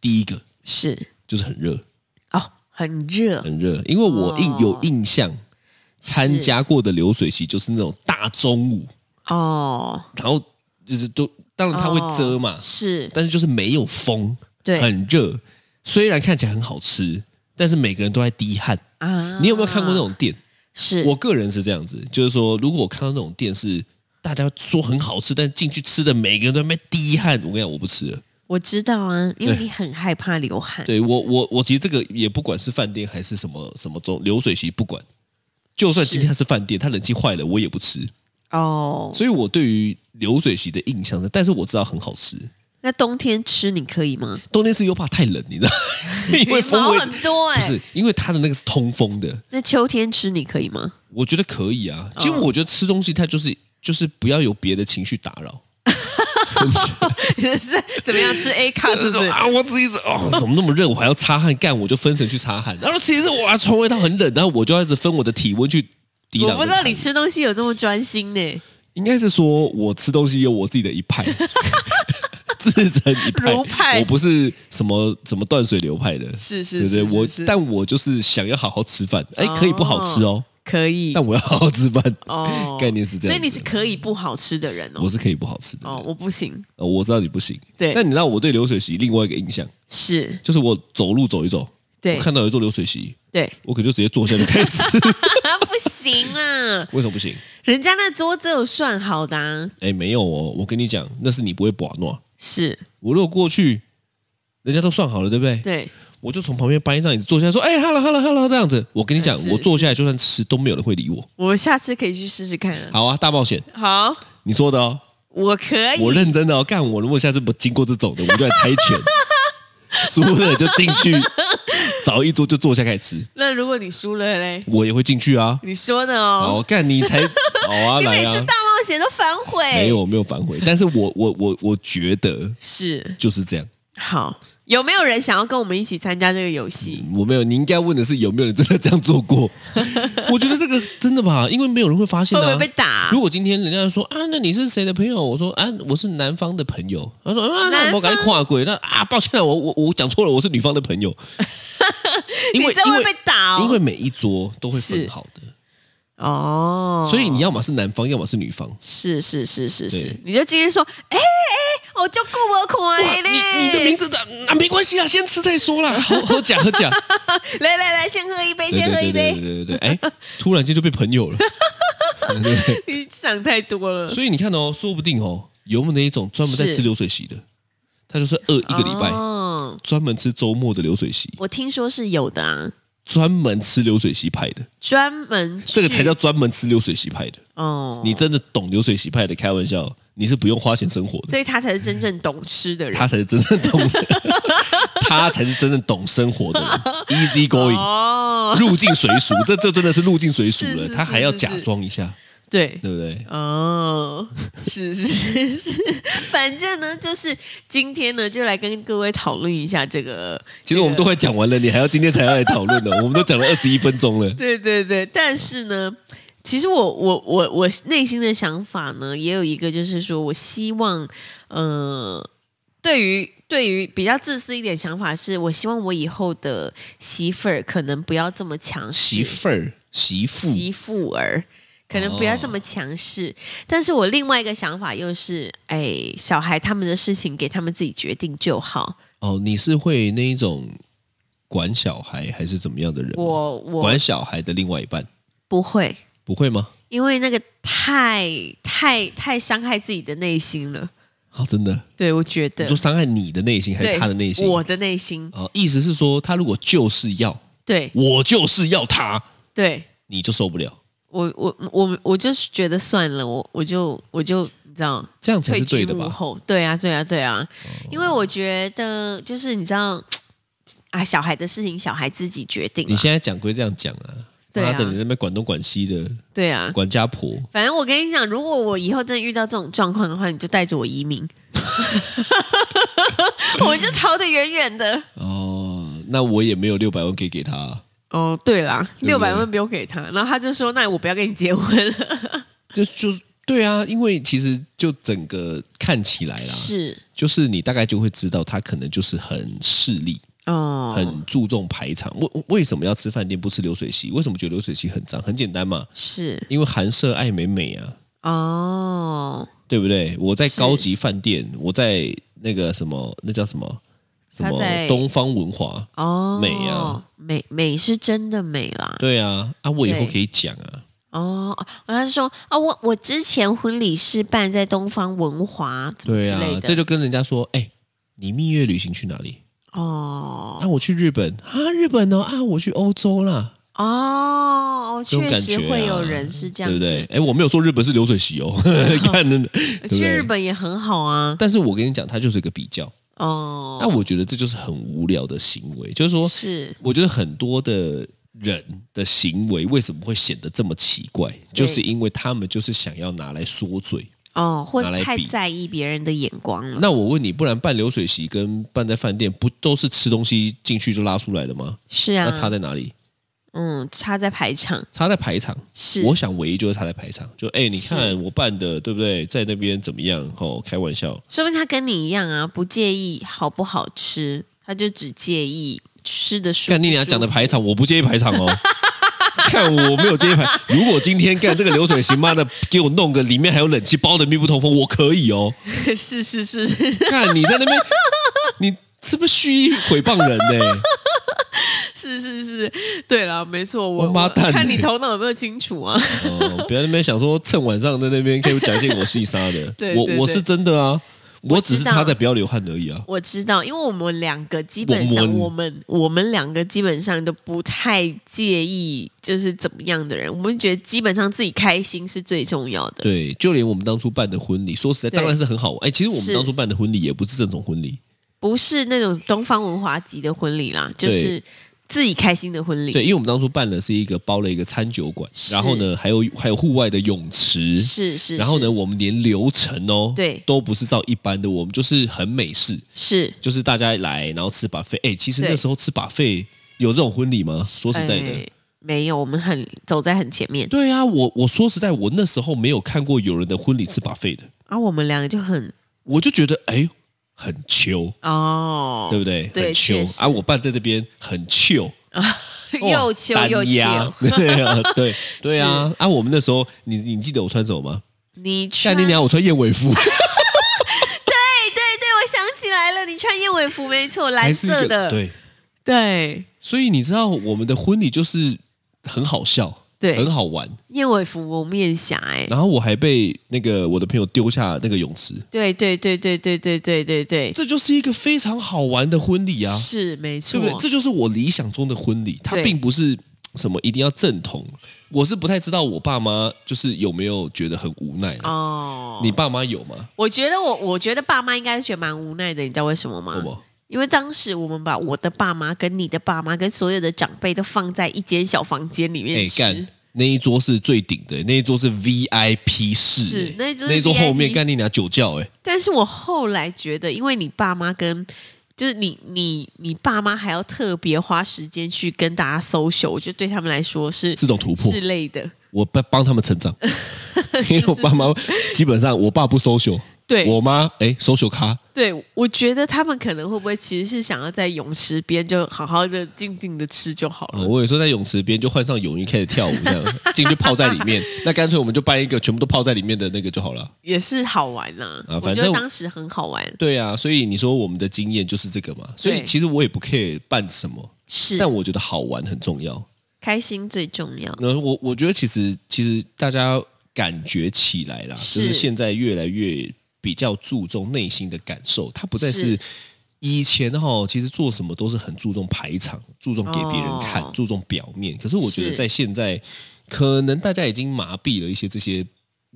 Speaker 3: 第一个
Speaker 2: 是
Speaker 3: 就是很热，
Speaker 2: 哦，很热，
Speaker 3: 很热，因为我印、
Speaker 2: 哦
Speaker 3: 有印象，参加过的流水席就是那种大中午，
Speaker 2: 哦，
Speaker 3: 然后就是都当然它会遮嘛，
Speaker 2: 哦是
Speaker 3: 但是就是没有风，
Speaker 2: 对
Speaker 3: 很热。虽然看起来很好吃，但是每个人都在滴汗。
Speaker 2: 啊，
Speaker 3: 你有没有看过那？种店？
Speaker 2: 是
Speaker 3: 我个人是这样子，就是说，如果我看到那种店是大家说很好吃，但进去吃的每个人都在那边滴汗，我跟你讲，我不吃了。
Speaker 2: 我知道啊，因为
Speaker 3: 对
Speaker 2: 你很害怕流汗，
Speaker 3: 对我，我我其实这个也不管是饭店还是什么什么中流水席，不管，就算今天它是饭店，它冷气坏了我也不吃。
Speaker 2: 哦，
Speaker 3: 所以我对于流水席的印象是，但是我知道很好吃。
Speaker 2: 那冬天吃你可以吗？
Speaker 3: 冬天吃又怕太冷，你知道， 因为风
Speaker 2: 毛
Speaker 3: 味
Speaker 2: 很多
Speaker 3: 不
Speaker 2: 哎、
Speaker 3: 是因为它的那个是通风的，
Speaker 2: 那秋天吃你可以吗？
Speaker 3: 我觉得可以啊。其实
Speaker 2: 哦
Speaker 3: 我觉得吃东西它就是就是不要有别的情绪打扰。
Speaker 2: 是怎么样吃 A 卡 是不
Speaker 3: 就是说？啊？我自己一直 哦，怎么那么热？我还要擦汗干，我就分神去擦汗。然后其实我还从味道很冷，然后我就要一直分我的体温去抵挡。
Speaker 2: 我不知道你，吃东西有这么专心呢、
Speaker 3: 应该是说我吃东西有我自己的 一派，自成一派。
Speaker 2: 儒派
Speaker 3: 我不是什么什么断水流派的，
Speaker 2: 是是
Speaker 3: 对不对？
Speaker 2: 是是
Speaker 3: 我
Speaker 2: 是
Speaker 3: 但我就是想要好好吃饭，哎，可以不好吃哦，
Speaker 2: 可以
Speaker 3: 但我要好好吃饭。
Speaker 2: 哦，
Speaker 3: 概念是这样子
Speaker 2: 所以你是可以不好吃的人
Speaker 3: 我
Speaker 2: 哦。
Speaker 3: 是可以不好吃的，
Speaker 2: 哦，我不行，
Speaker 3: 呃我知道你不行。
Speaker 2: 对
Speaker 3: 但你知道我对流水席另外一个印象，
Speaker 2: 是
Speaker 3: 就是我走路走一走，
Speaker 2: 对
Speaker 3: 我看到有一座流水席，
Speaker 2: 对，
Speaker 3: 我可就直接坐下就开始 吃。
Speaker 2: 啊， 不行啊啦，
Speaker 3: 为什么不行？
Speaker 2: 人家那桌子有算好的、啊，
Speaker 3: 哎，没有哦，我跟你讲，那是你不会把诺。
Speaker 2: 是
Speaker 3: 我如果过去，人家都算好了，对不对？
Speaker 2: 对，
Speaker 3: 我就从旁边搬一张椅子坐下，说：“哎，hello hello hello，这样子。”我跟你讲
Speaker 2: 是，
Speaker 3: 我坐下来就算吃都没有人会理我。
Speaker 2: 我下次可以去试试看啊。
Speaker 3: 好啊，大冒险，
Speaker 2: 好，
Speaker 3: 你说的哦，
Speaker 2: 我可以，
Speaker 3: 我认真的哦。干我，如果下次不经过这种的，我就来猜拳，输了就进去找一桌就坐下开始吃，
Speaker 2: 那如果你输了嘞，
Speaker 3: 我也会进去啊。
Speaker 2: 你说的哦，
Speaker 3: 好，干 你才好啊，
Speaker 2: 你每
Speaker 3: 来
Speaker 2: 次
Speaker 3: 啊
Speaker 2: 大。冒险都反悔，
Speaker 3: 没有没有反悔，但是我我我我觉得
Speaker 2: 是
Speaker 3: 就是这样。
Speaker 2: 好。有没有人想要跟我们一起参加这个游戏？
Speaker 3: 我没有，你应该问的是有没有人真的这样 做过？我觉得这个真的吧，因为没有人会发现
Speaker 2: 会不
Speaker 3: 的、
Speaker 2: 会
Speaker 3: 啊
Speaker 2: 被。打、
Speaker 3: 如果今天人家说啊，那你是谁的朋友？我说啊，我是男方的朋友。他说啊，那
Speaker 2: 男
Speaker 3: 我
Speaker 2: 方
Speaker 3: 赶紧跨过。那啊，抱歉了，我我我讲错了，我是女方的 朋友。因为
Speaker 2: 你这
Speaker 3: 因
Speaker 2: 会
Speaker 3: 为
Speaker 2: 被打哦，
Speaker 3: 因为每一桌都会分
Speaker 2: 是
Speaker 3: 好的，
Speaker 2: 哦，
Speaker 3: 所以你要么是男方，要么是女方。
Speaker 2: 是是是是是
Speaker 3: 对，
Speaker 2: 你就继续说，哎、哎、我就顾我款
Speaker 3: 哇，
Speaker 2: 嘞，
Speaker 3: 你你的名字的啊，没关系啊，先吃再说啦，喝喝假喝假。
Speaker 2: 来来来，先喝一杯，
Speaker 3: 对
Speaker 2: 先喝一
Speaker 3: 对
Speaker 2: 杯。
Speaker 3: 对对对对对对，哎，突然间就被朋友了。
Speaker 2: 你想太多 了，
Speaker 3: 所以你看哦，说不定哦，有没有那一种专门在
Speaker 2: 是
Speaker 3: 吃流水席的，他就是饿一个礼拜，
Speaker 2: 哦、
Speaker 3: 专门吃周末的流水席，
Speaker 2: 我听说是有的啊，
Speaker 3: 专门吃流水席派的，
Speaker 2: 专门去
Speaker 3: 这个才叫专门吃流水席派的。
Speaker 2: 哦，
Speaker 3: 你真的懂流水席派的？开玩笑，哦你是不用花钱生活的，
Speaker 2: 所以他才是真正懂吃的人。
Speaker 3: 他才是真 正懂，他才是真正懂生活的人，easy going。
Speaker 2: 哦，
Speaker 3: 入境随俗，这这真的是入境随俗
Speaker 2: 是
Speaker 3: 了，
Speaker 2: 是
Speaker 3: 他还要
Speaker 2: 是是
Speaker 3: 假装一下，
Speaker 2: 对。
Speaker 3: 对不对？
Speaker 2: 哦，是是是是，反正呢，就是今天呢，就来跟各位讨论一下这个。
Speaker 3: 其实我们都快讲完了，你还要今天才要来讨论呢，哦我们都讲了二十一分钟了。
Speaker 2: 对对对，但是呢，其实我我我我内心的想法呢，也有一个，就是说我希望，呃，对于对于比较自私一点想法是，我希望我以后的媳妇儿可能不要这么强势，
Speaker 3: 媳妇儿、媳妇，
Speaker 2: 媳妇儿，可能不要这么强势。
Speaker 3: 哦
Speaker 2: 但是我另外一个想法又是，哎，小孩他们的事情给他们自己决定就好。
Speaker 3: 哦，你是会那一种管小孩还是怎么样的人吗？
Speaker 2: 我我
Speaker 3: 管小孩的另外一半
Speaker 2: 不会，
Speaker 3: 不会吗？
Speaker 2: 因为那个太太太伤害自己的内心了。
Speaker 3: 哦，真的，
Speaker 2: 对，我觉
Speaker 3: 你
Speaker 2: 得
Speaker 3: 说伤害你的内心还
Speaker 2: 对
Speaker 3: 是他的内心？
Speaker 2: 我的内心，
Speaker 3: 哦，意思是说，他如果就是要
Speaker 2: 对
Speaker 3: 我就是要他，
Speaker 2: 对，
Speaker 3: 你就受不了，
Speaker 2: 我我我我就是觉得算了，我我就我就你知道。
Speaker 3: 这样才
Speaker 2: 退
Speaker 3: 是对
Speaker 2: 居
Speaker 3: 的
Speaker 2: 幕
Speaker 3: 吧？哦
Speaker 2: 后，对啊，对啊，对啊，因为我觉得就是你知道啊，小孩的事情小孩自己决定
Speaker 3: 你
Speaker 2: 啊，
Speaker 3: 现在讲归这样讲啊，
Speaker 2: 对
Speaker 3: 妈
Speaker 2: 啊
Speaker 3: 的，你在那边管东管西的，
Speaker 2: 对啊。
Speaker 3: 管家婆，
Speaker 2: 反正我跟你讲，如果我以后真的遇到这种状况的话，你就带着我移 民，我就逃得远远的。
Speaker 3: 哦，那我也没有六百万可以给他啊，
Speaker 2: 哦，对啦，
Speaker 3: 对
Speaker 2: 六
Speaker 3: 不对
Speaker 2: 百万不用给他，然后他就说：“那我不要跟你结婚了。
Speaker 3: 就就是对啊，因为其实就整个看起来”啦，
Speaker 2: 是
Speaker 3: 就是你大概就会知道他可能就是很势利，
Speaker 2: 哦，
Speaker 3: 很注重排场。为为什么要吃饭店不吃流水席？为什么觉得流水席很脏？很简单嘛，
Speaker 2: 是
Speaker 3: 因为韩舍爱美美啊，
Speaker 2: 哦，
Speaker 3: 对不对？我在
Speaker 2: 是
Speaker 3: 高级饭店，我在那个什么，那叫什么什
Speaker 2: 他在
Speaker 3: 么东方文华，
Speaker 2: 哦，
Speaker 3: 美啊，
Speaker 2: 美美是真的美啦。
Speaker 3: 对啊，啊，我以后
Speaker 2: 对
Speaker 3: 可以讲啊，
Speaker 2: 哦，我要是说啊、我我之前婚礼是办在东方文华，怎么
Speaker 3: 对
Speaker 2: 之
Speaker 3: 啊
Speaker 2: 类，的，
Speaker 3: 这就跟人家说，哎、你蜜月旅行去哪里？
Speaker 2: 哦
Speaker 3: 啊，我去日本啊，日本哦啊，我去欧洲啦，
Speaker 2: 哦，
Speaker 3: 这种
Speaker 2: 确
Speaker 3: 感
Speaker 2: 实
Speaker 3: 觉、啊、
Speaker 2: 会有人是这样
Speaker 3: 对
Speaker 2: 子，
Speaker 3: 不对？哎，我没有说日本是流水席哦， 看的，啊对不对
Speaker 2: 去日本也很好啊，
Speaker 3: 但是我跟你讲，它就是一个比较。
Speaker 2: 哦，
Speaker 3: 那我觉得这就是很无聊的行为，就是说，
Speaker 2: 是
Speaker 3: 我觉得很多的人的行为为什么会显得这么奇怪，就是因为他们就是想要拿来说嘴。
Speaker 2: 哦，会
Speaker 3: 拿来
Speaker 2: 太
Speaker 3: 比
Speaker 2: 在意别人的眼光了，
Speaker 3: 那我问你，不然办流水席跟办在饭店，不都是吃东西进去就拉出来的吗？
Speaker 2: 是
Speaker 3: 那
Speaker 2: 啊，
Speaker 3: 差在哪里？
Speaker 2: 嗯，差在排场
Speaker 3: 差在排场。
Speaker 2: 是，
Speaker 3: 我想唯一就是差在排场，就哎、你
Speaker 2: 是
Speaker 3: 看我办的对不对？在那边怎么样？哦，开玩笑，
Speaker 2: 说明他跟你一样啊，不介意好不好吃，他就只介意吃的舒不舒服，
Speaker 3: 干你俩讲的排场，我不介意排场哦。 看我没有这一盘。如果今天干这个流水席，妈的，给我弄个里面还有冷气，包的密不透风，我可以哦。
Speaker 2: 是是是
Speaker 3: 看你在那边，你是不是蓄意诽谤人呢、
Speaker 2: 是是是，对了，没错，我
Speaker 3: 王八
Speaker 2: 我
Speaker 3: 蛋欸
Speaker 2: 看你头脑有没有清楚啊？
Speaker 3: 哦，不要在那边想说趁晚上在那边可以讲一些我戏杀的。
Speaker 2: 对对
Speaker 3: 我我是
Speaker 2: 对
Speaker 3: 真的啊，我只是
Speaker 2: 知道
Speaker 3: 他在不要流汗而已啊。
Speaker 2: 我知道，因为我们两个基本上，
Speaker 3: 我
Speaker 2: 我们我们两个基本上都不太介意，就是怎么样的人，我们觉得基本上自己开心是最重要的。
Speaker 3: 对，就连我们当初办的婚礼，说实在，
Speaker 2: 对
Speaker 3: 当然是很好玩。哎，其实我们
Speaker 2: 是
Speaker 3: 当初办的婚礼也不是这种婚礼，
Speaker 2: 不是那种东方文华级的婚礼啦，
Speaker 3: 对
Speaker 2: 就是自己开心的婚礼。
Speaker 3: 对，因为我们当初办的是一个包了一个餐酒馆，
Speaker 2: 是
Speaker 3: 然后呢，还有还有户外的泳池，
Speaker 2: 是是，
Speaker 3: 然后呢，
Speaker 2: 是？
Speaker 3: 我们连流程哦，
Speaker 2: 对
Speaker 3: 都不是照一般的，我们就是很美式，
Speaker 2: 是
Speaker 3: 就是大家来然后吃把费。哎，其实
Speaker 2: 对
Speaker 3: 那时候吃把费有这种婚礼吗？说实在的，
Speaker 2: 哎没有，我们很走在很前面，
Speaker 3: 对啊，我我说实在，我那时候没有看过有人的婚礼吃把费的，
Speaker 2: 而、啊我们两个就很
Speaker 3: 我就觉得哎，很秋，
Speaker 2: 哦，
Speaker 3: 对不对？
Speaker 2: 对
Speaker 3: 很秋
Speaker 2: 确实
Speaker 3: 啊，我爸在这边很秋。 哦
Speaker 2: 又秋又秋。，
Speaker 3: 对啊，对 对啊，啊，我们那时候，你你记得我穿什么吗？
Speaker 2: 你
Speaker 3: 夏
Speaker 2: 穿
Speaker 3: 天娘，我穿燕尾服，
Speaker 2: 哎对对对，我想起来了，你穿燕尾服没错， 蓝
Speaker 3: 还是一
Speaker 2: 色
Speaker 3: 个
Speaker 2: 的，
Speaker 3: 对，
Speaker 2: 对
Speaker 3: 所以你知道我们的婚礼就是很好笑，
Speaker 2: 对
Speaker 3: 很好玩。
Speaker 2: 燕尾服蒙面侠哎、
Speaker 3: 然后我还被那个我的朋友丢下那个泳池，
Speaker 2: 对对对对对对对对对，
Speaker 3: 这就是一个非常好玩的婚礼啊，
Speaker 2: 是没错，
Speaker 3: 对不对？这就是我理想中的婚礼，它
Speaker 2: 对
Speaker 3: 并不是什么一定要正统。我是不太知道我爸妈就是有没有觉得很无奈啦
Speaker 2: 哦，
Speaker 3: 你爸妈有吗？
Speaker 2: 我觉得我我觉得爸妈应该是觉得蛮无奈的，你知道为什么吗？
Speaker 3: 有吗？
Speaker 2: 因为当时我们把我的爸妈跟你的爸妈跟所有的长辈都放在一间小房间里
Speaker 3: 哎、
Speaker 2: 面吃，
Speaker 3: 干，那一桌是最顶的，那一桌是 VIP 室、
Speaker 2: 是
Speaker 3: 哎
Speaker 2: 那一桌是
Speaker 3: 那一桌后
Speaker 2: VIP
Speaker 3: 面干你俩酒窖、哎，
Speaker 2: 但是我后来觉得，因为你爸妈跟就是你你你爸妈还要特别花时间去跟大家 social，我觉得对他们来说是
Speaker 3: 是种突破
Speaker 2: 之类的。
Speaker 3: 我帮帮他们成 长，因为我爸妈 基本上我爸不 social，
Speaker 2: 对
Speaker 3: 我妈哎 social 咖，
Speaker 2: 对，我觉得他们可能会不会其实是想要在泳池边就好好的静静的吃就好
Speaker 3: 哦
Speaker 2: 了。
Speaker 3: 我有时候在泳池边就换上泳衣开始跳舞，这 样进去泡在里面。那干脆我们就办一个全部都泡在里面的那个就好了。
Speaker 2: 也是好玩呐、
Speaker 3: 啊
Speaker 2: 我
Speaker 3: 反
Speaker 2: 觉
Speaker 3: 正
Speaker 2: 得
Speaker 3: 我
Speaker 2: 当时很好玩，
Speaker 3: 对啊，所以你说我们的经验就是这个嘛。所以
Speaker 2: 对
Speaker 3: 其实我也不 care 办什么，
Speaker 2: 是
Speaker 3: 但我觉得好玩很重要。
Speaker 2: 开心最重要。
Speaker 3: 那我我觉得其实其实大家感觉起来啦，
Speaker 2: 是
Speaker 3: 就是现在越来越比较注重内心的感受，它不再是
Speaker 2: 是
Speaker 3: 以前哈、其实做什么都是很注重排场，注重给别人看，
Speaker 2: 哦
Speaker 3: 注重表面。可是我觉得
Speaker 2: 是
Speaker 3: 在现在，可能大家已经麻痹了一些这些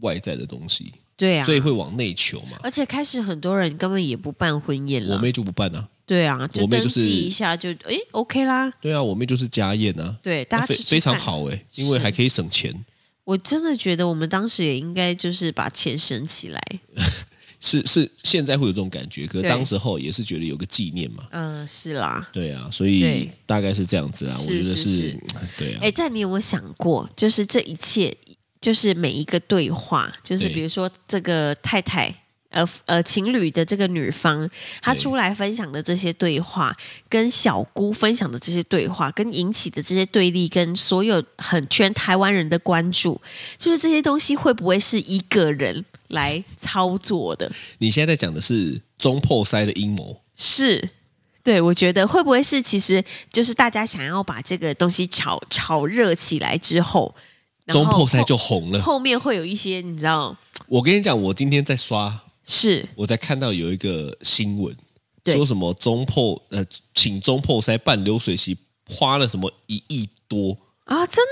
Speaker 3: 外在的东西，
Speaker 2: 对啊
Speaker 3: 所，以会往内求嘛。
Speaker 2: 而且开始很多人根本也不办婚宴
Speaker 3: 我
Speaker 2: 了。
Speaker 3: 妹就不办啊，
Speaker 2: 对啊，
Speaker 3: 我
Speaker 2: 就
Speaker 3: 妹
Speaker 2: 登
Speaker 3: 就是
Speaker 2: 记一下就诶 OK 啦。
Speaker 3: 对啊，我妹就是家宴啊，
Speaker 2: 对，大家
Speaker 3: 非
Speaker 2: 吃吃
Speaker 3: 非常
Speaker 2: 饭
Speaker 3: 好哎、因为
Speaker 2: 是
Speaker 3: 还可以省钱。
Speaker 2: 我真的觉得我们当时也应该就是把钱省起来。
Speaker 3: 是是，现在会有这种感觉，可是
Speaker 2: 对
Speaker 3: 当时候也是觉得有个纪念嘛。
Speaker 2: 嗯，是啦。
Speaker 3: 对啊，所
Speaker 2: 对
Speaker 3: 以大概是这样子啊，我
Speaker 2: 是
Speaker 3: 觉
Speaker 2: 是
Speaker 3: 得是
Speaker 2: 是，
Speaker 3: 对啊
Speaker 2: 哎，，但你有没有想过，就是这一切，就是每一个对话，就是
Speaker 3: 对
Speaker 2: 比如说这个太太。呃呃，情侣的这个女方，她
Speaker 3: 对
Speaker 2: 出来分享的这些对话，跟小姑分享的这些对话，跟引起的这些对立，跟所有很全台湾人的关注，就是这些东西会不会是一个人来操作的？
Speaker 3: 你现在在讲的是中破塞的阴谋，
Speaker 2: 是，对，我觉得会不会是其实就是大家想要把这个东西炒炒热起来之后，然
Speaker 3: 中
Speaker 2: 后
Speaker 3: 破塞
Speaker 2: 后
Speaker 3: 就红了。
Speaker 2: 后面会有一些你知道
Speaker 3: 我跟你讲，我今天在刷，
Speaker 2: 是
Speaker 3: 我在看到有一个新闻，
Speaker 2: 对
Speaker 3: 说什么中破呃，请中破塞办流水席，花了什么一亿多，
Speaker 2: 啊，真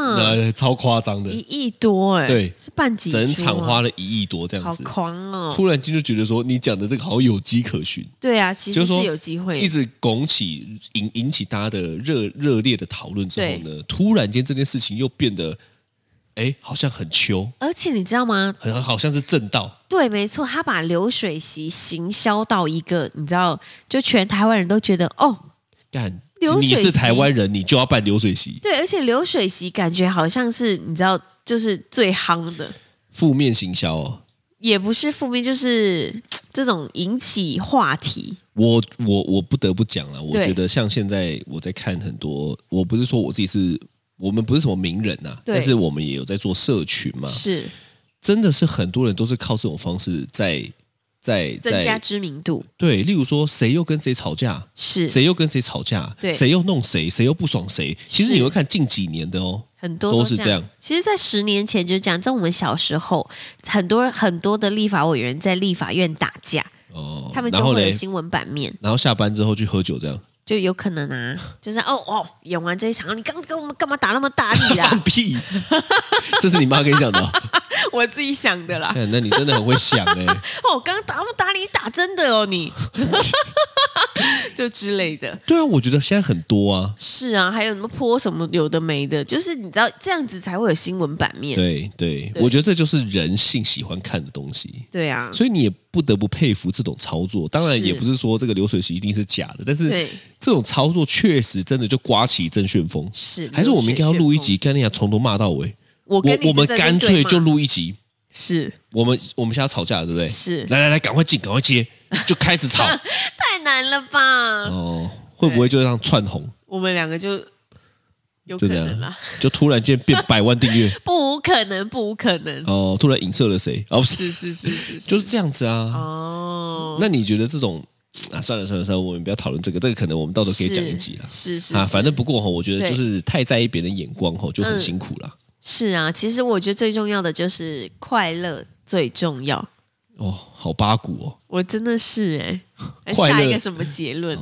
Speaker 2: 的
Speaker 3: 呃，超夸张
Speaker 2: 一
Speaker 3: 的，
Speaker 2: 亿多哎、
Speaker 3: 对
Speaker 2: 是办几、啊、
Speaker 3: 整场花了一亿多这样
Speaker 2: 好
Speaker 3: 子。
Speaker 2: 狂哦，
Speaker 3: 突然间就觉得说，你讲的这个好像有迹可循。
Speaker 2: 对啊，其实
Speaker 3: 就是说
Speaker 2: 有机会
Speaker 3: 一直拱起引引起大家的热热烈的讨论之后呢，突然间这件事情又变得，哎，好像很秋，
Speaker 2: 而且你知道吗？
Speaker 3: 很好像是正道，
Speaker 2: 对，没错，他把流水席行销到一个，你知道，就全台湾人都觉得哦，
Speaker 3: 干
Speaker 2: 流，水
Speaker 3: 你
Speaker 2: 席
Speaker 3: 是台湾人，你就要办流水席，
Speaker 2: 对，而且流水席感觉好像是你知道，就是最夯的，
Speaker 3: 负面行销哦。
Speaker 2: 也不是负面，就是嘖这种引起话题。
Speaker 3: 我我我不得不讲了，我
Speaker 2: 对
Speaker 3: 觉得像现在我在看很多，我不是说我自己是我们不是什么名人呐、啊，
Speaker 2: 对
Speaker 3: 但是我们也有在做社群嘛，
Speaker 2: 是
Speaker 3: 真的是很多人都是靠这种方式在在
Speaker 2: 增加
Speaker 3: 在
Speaker 2: 知名度，
Speaker 3: 对，例如说谁又跟谁吵架，
Speaker 2: 是
Speaker 3: 谁又跟谁吵架，
Speaker 2: 对
Speaker 3: 谁又弄谁，谁又不爽谁。其实
Speaker 2: 是
Speaker 3: 你会看近几年的哦，
Speaker 2: 很多
Speaker 3: 都是这样。
Speaker 2: 其实，在十年前就这样，在我们小时候，很多很多的立法委员在立法院打架，
Speaker 3: 哦，
Speaker 2: 他们
Speaker 3: 然
Speaker 2: 就
Speaker 3: 后
Speaker 2: 会有
Speaker 3: 嘞，
Speaker 2: 新闻版面，
Speaker 3: 然后下班之后去喝酒这样，
Speaker 2: 就有可能 啊，就是哦哦，演完这一场，你刚跟我们干嘛打那么大力
Speaker 3: 放
Speaker 2: 啊？
Speaker 3: 屁，这是你妈跟你讲的哦、
Speaker 2: 我自己想的啦。
Speaker 3: 看那你真的很会想哎、
Speaker 2: 哦，刚刚打不打你打真的哦你， 就之类的。
Speaker 3: 对啊，我觉得现在很多啊，
Speaker 2: 是啊，还有什么泼什么有的没的，就是你知道这样子才会有新闻版面。
Speaker 3: 对对，
Speaker 2: 对
Speaker 3: 我觉得这就是人性喜欢看的东西。
Speaker 2: 对啊，
Speaker 3: 所以你也不得不佩服这种操作，当然
Speaker 2: 是
Speaker 3: 也不是说这个流水席一定是假的，但是
Speaker 2: 对
Speaker 3: 这种操作确实真的就刮起一阵旋风。
Speaker 2: 是
Speaker 3: 还是我们应该要录一，
Speaker 2: 流水
Speaker 3: 集，干你俩啊从头骂到尾。
Speaker 2: 我
Speaker 3: 我
Speaker 2: 跟你
Speaker 3: 我们
Speaker 2: 真的
Speaker 3: 干
Speaker 2: 对
Speaker 3: 脆
Speaker 2: 骂
Speaker 3: 就录一集，
Speaker 2: 是
Speaker 3: 我们我们现在吵架了，对不对？
Speaker 2: 是
Speaker 3: 来来来，赶快进，赶快接，就开 始吵。
Speaker 2: 太难了吧？
Speaker 3: 哦，会不会就这样串红？
Speaker 2: 我们两个就有可
Speaker 3: 就这
Speaker 2: 能
Speaker 3: 样
Speaker 2: 啦，，
Speaker 3: 就突然间变百万订 阅
Speaker 2: 不无可能，不无可能，
Speaker 3: 哦，突然影射了谁？哦，不是，
Speaker 2: 是是是是是，
Speaker 3: 就是这样子啊。
Speaker 2: 哦，
Speaker 3: 那你觉得这种啊，算了算了算了，我们不要讨论这个，这个可能我们到时候可以讲一集啦。
Speaker 2: 是是是
Speaker 3: 啊，
Speaker 2: 是
Speaker 3: 反正不过哈，我觉得
Speaker 2: 对
Speaker 3: 就是太在意别人眼光哈，就很辛苦啦。
Speaker 2: 是啊，其实我觉得最重要的就是快乐最重要。
Speaker 3: 哦，
Speaker 2: 嗯
Speaker 3: 好八股哦。
Speaker 2: 我真的是哎、哎
Speaker 3: 快乐哦
Speaker 2: 下一个什么结论？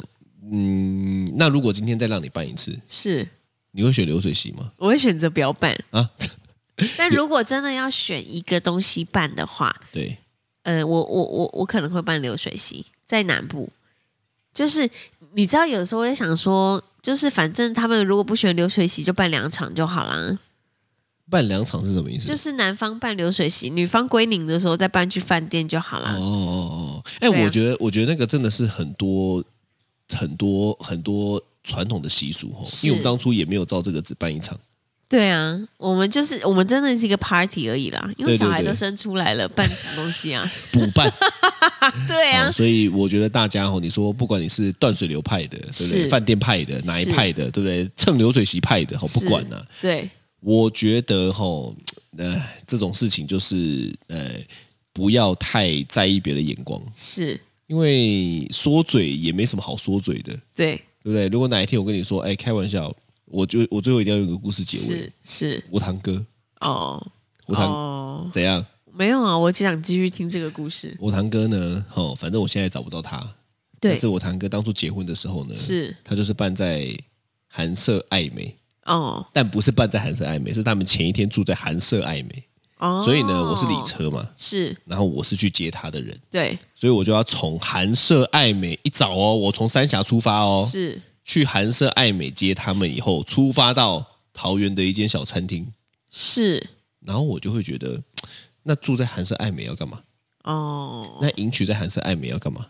Speaker 3: 嗯，那如果今天再让你办一次，
Speaker 2: 是
Speaker 3: 你会选流水席吗？
Speaker 2: 我会选择不要办。
Speaker 3: 啊，
Speaker 2: 但如果真的要选一个东西办的话，
Speaker 3: 对，
Speaker 2: 呃，我我我我可能会办流水席，在南部。就是你知道，有的时候我也想说，就是反正他们如果不选流水席，就办两场就好
Speaker 3: 嗯
Speaker 2: 啦。
Speaker 3: 办两场是什么意思？
Speaker 2: 就是男方办流水席，女方归宁的时候再搬去饭店就好
Speaker 3: 哦
Speaker 2: 啦。
Speaker 3: 哦哦，哎、
Speaker 2: 啊对啊
Speaker 3: 我觉得，我觉得那个真的是很多很多很多传统的习俗哦，
Speaker 2: 是
Speaker 3: 因为我们当初也没有照这个只办一场，
Speaker 2: 对啊，我们就是我们真的是一个 party 而已啦，因为
Speaker 3: 对对
Speaker 2: 小孩
Speaker 3: 对
Speaker 2: 都生出来了，办什么东西 啊？
Speaker 3: 补办、
Speaker 2: 对啊
Speaker 3: 哦，所以我觉得大家哦，你说不管你是断水流派的，对不
Speaker 2: 是
Speaker 3: 对？饭店派的，哪一派的，对不对？蹭流水席派的，哦，不
Speaker 2: 是
Speaker 3: 管呢、
Speaker 2: 对，
Speaker 3: 我觉得哈、哦，呃，这种事情就是呃，不要太在意别人的眼光，
Speaker 2: 是，
Speaker 3: 因为说嘴也没什么好说嘴的。
Speaker 2: 对，
Speaker 3: 对不对？如果哪一天我跟你说，哎，开玩笑，我就我最后一定要有个故事结尾
Speaker 2: 是。是
Speaker 3: 我堂哥，
Speaker 2: 哦
Speaker 3: 我堂、
Speaker 2: 哦，
Speaker 3: 怎样？
Speaker 2: 没有啊，我只想继续听这个故事。
Speaker 3: 我堂哥呢？哦，反正我现在也找不到他。
Speaker 2: 对
Speaker 3: 但，是我堂哥当初结婚的时候呢，
Speaker 2: 是
Speaker 3: 他就是办在韩舍爱美，
Speaker 2: 哦
Speaker 3: 但不是办在韩舍爱美，是他们前一天住在韩舍爱美。
Speaker 2: 哦，
Speaker 3: 所以呢，我是理，车嘛，
Speaker 2: 是
Speaker 3: 然后我是去接他的人，
Speaker 2: 对
Speaker 3: 所以我就要从韩舍爱美一早哦，我从三峡出发哦，
Speaker 2: 是
Speaker 3: 去韩舍爱美接他们以后，出发到桃园的一间小餐厅。
Speaker 2: 是
Speaker 3: 然后我就会觉得，那住在韩舍爱美要干嘛？
Speaker 2: 哦
Speaker 3: 那迎娶在韩舍爱美要干嘛？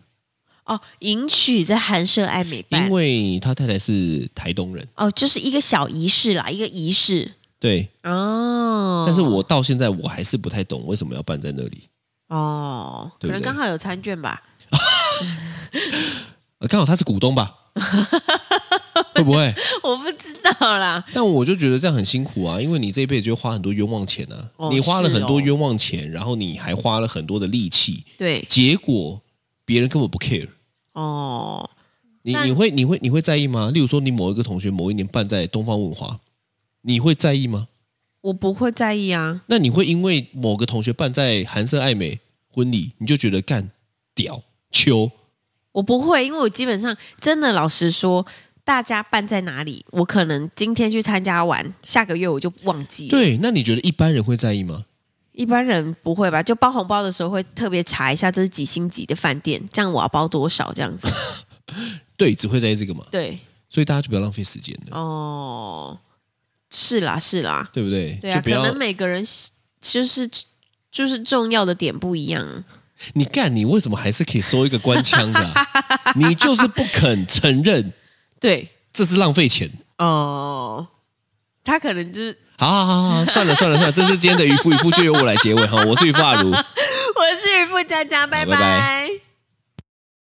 Speaker 2: 哦，迎娶在韩舍爱美办
Speaker 3: 因，为他太太是台东人，
Speaker 2: 哦，就是一个小仪式啦，一个仪式
Speaker 3: 对。
Speaker 2: 哦。
Speaker 3: 但是我到现在我还是不太懂为什么要办在那里。
Speaker 2: 哦，可
Speaker 3: 对不
Speaker 2: 能
Speaker 3: 对
Speaker 2: 刚好有餐券吧，
Speaker 3: 呃，刚好他是股东 吧？会不会？
Speaker 2: 我不知道啦。
Speaker 3: 但我就觉得这样很辛苦啊，因为你这一辈子就花很多冤枉钱啊，
Speaker 2: 哦
Speaker 3: 你花了
Speaker 2: 是
Speaker 3: 很多
Speaker 2: 哦
Speaker 3: 冤枉钱，然后你还花了很多的力气，
Speaker 2: 对
Speaker 3: 结果别人根本不 care。
Speaker 2: 哦，
Speaker 3: 你
Speaker 2: 但
Speaker 3: 你会你会你会在意吗？例如说，你某一个同学某一年办在东方文华，你会在意吗？
Speaker 2: 我不会在意啊。
Speaker 3: 那你会因为某个同学办在韩舍爱美婚礼，你就觉得干屌秋
Speaker 2: 我不会，因为我基本上真的老实说，大家办在哪里，我可能今天去参加完，下个月我就忘记了。
Speaker 3: 对？那你觉得一般人会在意吗？
Speaker 2: 一般人不会吧？就包红包的时候会特别查一下这是几星级的饭店，这样我要包多少这样子。
Speaker 3: 对，只会在意这个嘛，
Speaker 2: 对，
Speaker 3: 所以大家就不要浪费时间了，
Speaker 2: 哦，是啦是啦，
Speaker 3: 对不对？
Speaker 2: 对啊，
Speaker 3: 就不
Speaker 2: 可
Speaker 3: 要
Speaker 2: 能每个人就是就是重要的点不一样。
Speaker 3: 你干，你为什么还是可以收一个官腔的 啊、你就是不肯承认
Speaker 2: 对，
Speaker 3: 这是浪费钱。
Speaker 2: 哦，他可能就是
Speaker 3: 好好好好，算了算了算了，这是今天的渔夫渔夫就由我来结尾哈，我是渔夫阿如。
Speaker 2: 我是付佳佳，拜
Speaker 3: 拜拜
Speaker 2: 拜